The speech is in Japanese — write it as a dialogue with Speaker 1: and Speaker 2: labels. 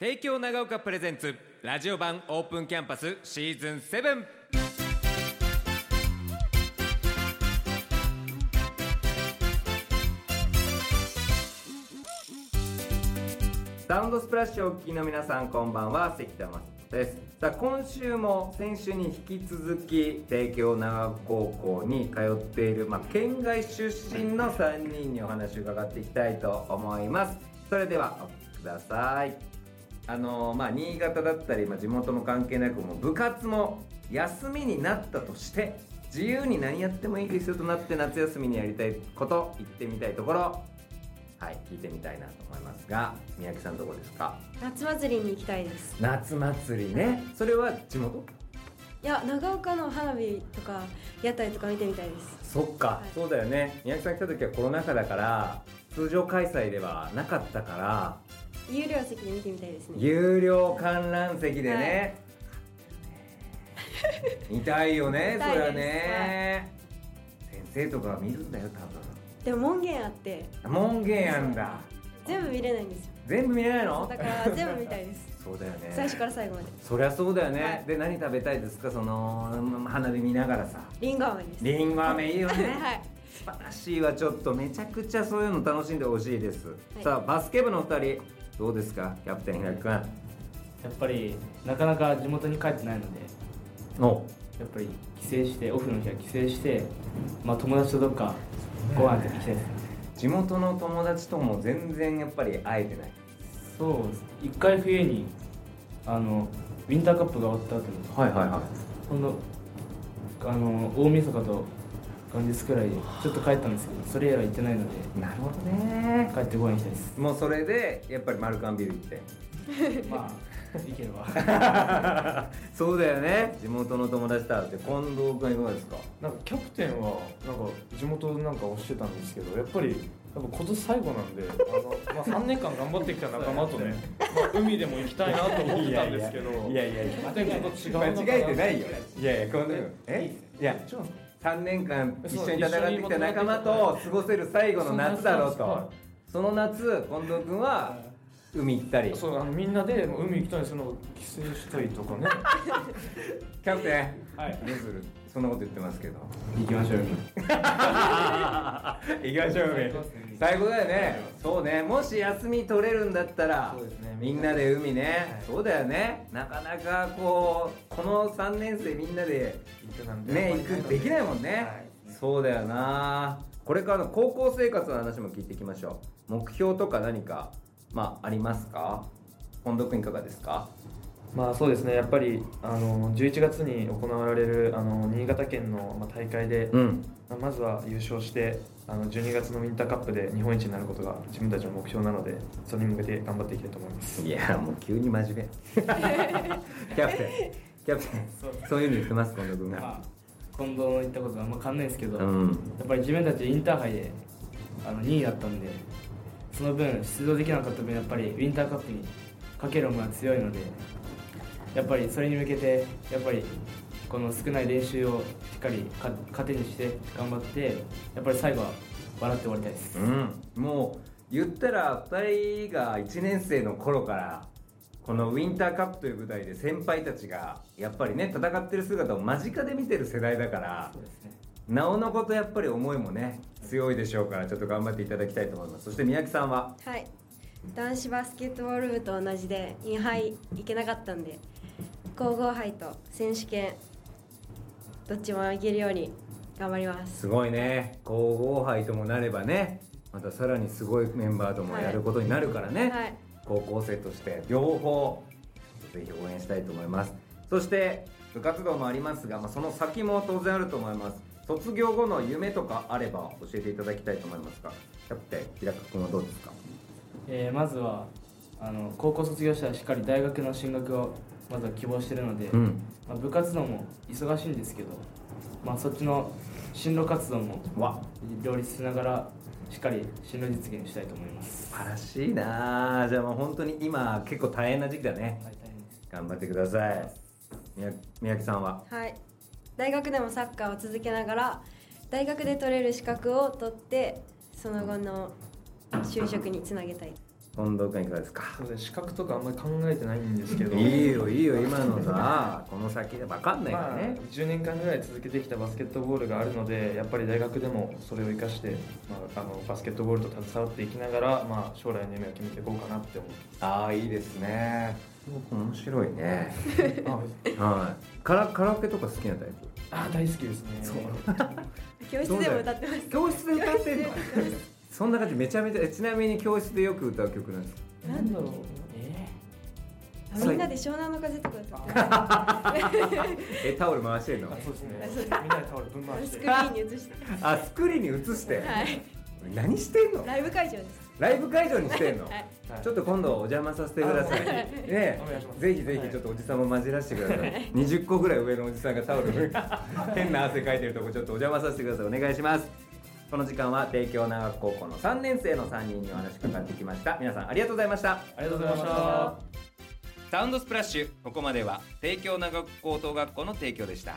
Speaker 1: 帝京長岡プレゼンツラジオ版オープンキャンパスシーズン7サウンドスプラッシュをお聞きの皆さんこんばんは関田正人ですさあ今週も先週に引き続き帝京長岡高校に通っている、まあ、県外出身の3人にお話を伺っていきたいと思いますそれではお聞きくださいあのーまあ、新潟だったり、まあ、地元も関係なくもう部活も休みになったとして自由に何やってもいいですよとなって夏休みにやりたいこと行ってみたいところはい聞いてみたいなと思いますが宮城さんどこですか
Speaker 2: 夏祭りに行きたいです
Speaker 1: 夏祭りねそれは地元
Speaker 2: いや長岡の花火とか屋台とか見てみたいです
Speaker 1: そっか、
Speaker 2: い
Speaker 1: そうだよね宮城さん来た時はコロナ禍だから通常開催ではなかったから
Speaker 2: 有料席で見てみたいですね
Speaker 1: 有料観覧席でね、 見たいよね
Speaker 2: 見
Speaker 1: そ
Speaker 2: たいで
Speaker 1: りゃ
Speaker 2: す
Speaker 1: ね、先生とかは見るんだよ
Speaker 2: でも門限あって
Speaker 1: 多分門限やんだ
Speaker 2: 全部見れないんですよ
Speaker 1: 全部見れないの
Speaker 2: だから全部見た いです
Speaker 1: そうだよね
Speaker 2: 最初から最後まで
Speaker 1: そりゃそうだよね、
Speaker 2: はい
Speaker 1: で何食べたいですかそのうん花火見ながらさ
Speaker 2: リンゴ飴です
Speaker 1: りんご飴いいよね
Speaker 2: はい
Speaker 1: 素晴らしいわちょっとめちゃくちゃそういうの楽しんでほしいです、
Speaker 2: い
Speaker 1: さあバスケ部のお二人どうですかキャプテン平木くん
Speaker 3: やっぱりなかなか地元に帰ってないので
Speaker 1: お
Speaker 3: やっぱり帰省してオフの日は帰省して、まあ、友達とどっかご飯行きたいですね
Speaker 1: 地元の友達とも全然やっぱり会えてない
Speaker 3: そうです一回冬にあのウィンターカップが終わった後に
Speaker 1: はいはいはい
Speaker 3: ほんのあの大晦日と元日くらいでちょっと帰ったんですけどそれ以来行ってないので
Speaker 1: なるほどね
Speaker 3: 帰ってご飯行きたいです
Speaker 1: もうそれでやっぱりマルカンビル行って
Speaker 3: まあ行ければ
Speaker 1: そうだよね地元の友達と会うって近藤君いかがですか
Speaker 4: なんかキャプテンはなんか地元なんか押してたんですけどやっぱりやっぱ今年最後なんであの、 まあ、3年間頑張ってきた仲間とね、まあ、海でも行きたいなと思ってたんですけど
Speaker 1: いやいやいや
Speaker 4: でもちょっと違うのかな
Speaker 1: 間違えてないよいやいや近藤君えいや
Speaker 4: 違うの
Speaker 1: 3年間一
Speaker 4: そう
Speaker 1: 緒に戦ってきた仲間と過ごせる最後の夏だろうとその夏近藤君は海行ったりキ
Speaker 4: そうあのみんなでもう海行きたいんですよ帰省したりとかね
Speaker 1: ャプテン
Speaker 3: はい
Speaker 1: どうするそんなこと言ってますけど
Speaker 3: 行きましょうよ
Speaker 1: 行きましょう海最高だよねそうねもし休み取れるんだったら
Speaker 3: そうですね
Speaker 1: みんなで海ね、
Speaker 4: い
Speaker 1: そうだよねなかなかこうこの3年生みんなで
Speaker 4: 行くなんて
Speaker 1: ね行くできないもんね、そうだよなこれからの高校生活の話も聞いていきましょう目標とか何かまあありますか近藤君いかがですか
Speaker 5: まあそうですねやっぱりあの11月に行われるあの新潟県のまあ大会で、
Speaker 1: うん
Speaker 5: まあまずは優勝してあの12月のウィンターカップで日本一になることが自分たちの目標なのでそれに向けて頑張っていきたいと思います
Speaker 1: いやもう急に 真面目キャプテンキャプテン
Speaker 3: そう
Speaker 1: そういうふうに言ってます近藤君が
Speaker 3: まあ近藤の言ったことはあんま変わんないですけど、
Speaker 1: うん
Speaker 3: やっぱり自分たちインターハイであの2位だったんでその分出場できなかった分やっぱりウィンターカップにかける思いは強いのでやっぱりそれに向けてやっぱりこの少ない練習をしっかりか糧にして頑張ってやっぱり最後は笑って終わりたいです、
Speaker 1: うん、もう言ったら2人が1年生の頃からこのウィンターカップという舞台で先輩たちがやっぱりね戦ってる姿を間近で見てる世代だから
Speaker 3: そうですね
Speaker 1: なおのことやっぱり思いもね強いでしょうからちょっと頑張っていただきたいと思いますそして宮城さんは
Speaker 2: はい男子バスケットボール部と同じでインハイ行けなかったんで皇后杯と選手権どっちも行けるように頑張ります
Speaker 1: すごいね皇后杯ともなればねまたさらにすごいメンバーともやることになるからね、
Speaker 2: はい
Speaker 1: 高校生として両方ぜひ応援したいと思いますそして部活動もありますが、まあ、その先も当然あると思います卒業後の夢とかあれば教えていただきたいと思いますがキャプテン平川君はどうですか
Speaker 3: えーまずはあの高校卒業したらしっかり大学の進学をまずは希望してるので、
Speaker 1: ん
Speaker 3: まあ、部活動も忙しいんですけど、まあ、そっちの進路活動も
Speaker 1: わ
Speaker 3: 両立しながらしっかり進路実現したいと思います。
Speaker 1: 素晴らしいなあじゃあもう本当に今結構大変な時期だね
Speaker 3: はい、大変です。
Speaker 1: 頑張ってください宮宮城さんは
Speaker 2: はい、大学でもサッカーを続けながら大学で取れる資格を取ってその後の就職につなげたい
Speaker 1: 近藤君いかがですか
Speaker 5: そうですね資格とかあんまり考えてないんですけど
Speaker 1: いいよいいよ今のさこの先で分かんないから
Speaker 5: まあ
Speaker 1: ね、
Speaker 5: 10年間ぐらい続けてきたバスケットボールがあるのでやっぱり大学でもそれを生かして、まあ、あのバスケットボールと携わっていきながら、まあ、将来の夢を決めていこうかなって思って
Speaker 1: ああいいですねすごく面白いね はいカラカラオケとか好きなタイプ
Speaker 5: ああ大好きですね
Speaker 2: 教室でも歌ってます
Speaker 1: 教室で歌ってんのそんな感じめちゃめちゃえちなみに教室でよく歌う曲なんですか
Speaker 5: なんだろう
Speaker 2: あみんなで湘南の風とか歌って
Speaker 1: えタオル回してるの
Speaker 5: あそ うですね
Speaker 2: あそう
Speaker 5: みんなでタオルぶん
Speaker 2: ま
Speaker 5: 回
Speaker 2: す
Speaker 5: し
Speaker 2: ス
Speaker 5: て
Speaker 2: クリーンに映して
Speaker 1: あスクリーンに映して、
Speaker 2: はい
Speaker 1: 何してんの
Speaker 2: ライブ会場です
Speaker 1: ライブ会場にしてんの、
Speaker 2: はい
Speaker 5: はい
Speaker 1: ちょっと今度お邪魔させてください。
Speaker 5: あ
Speaker 1: ね
Speaker 5: お願いします
Speaker 1: ぜひぜ
Speaker 5: は
Speaker 1: ひ
Speaker 5: い
Speaker 1: ちょっとおじさんも混じらせてください。二十個ぐらい上のおじさんがタオルを変な汗かいてるとこちょっとお邪魔させてください。お願いします。この時間は帝京長学高校の三年生の三人にお話しかかってきました。皆さんありがとうございました。
Speaker 5: ありがとうございました
Speaker 1: サウンドスプラッシュここまでは帝京長学高等学校の提供でした。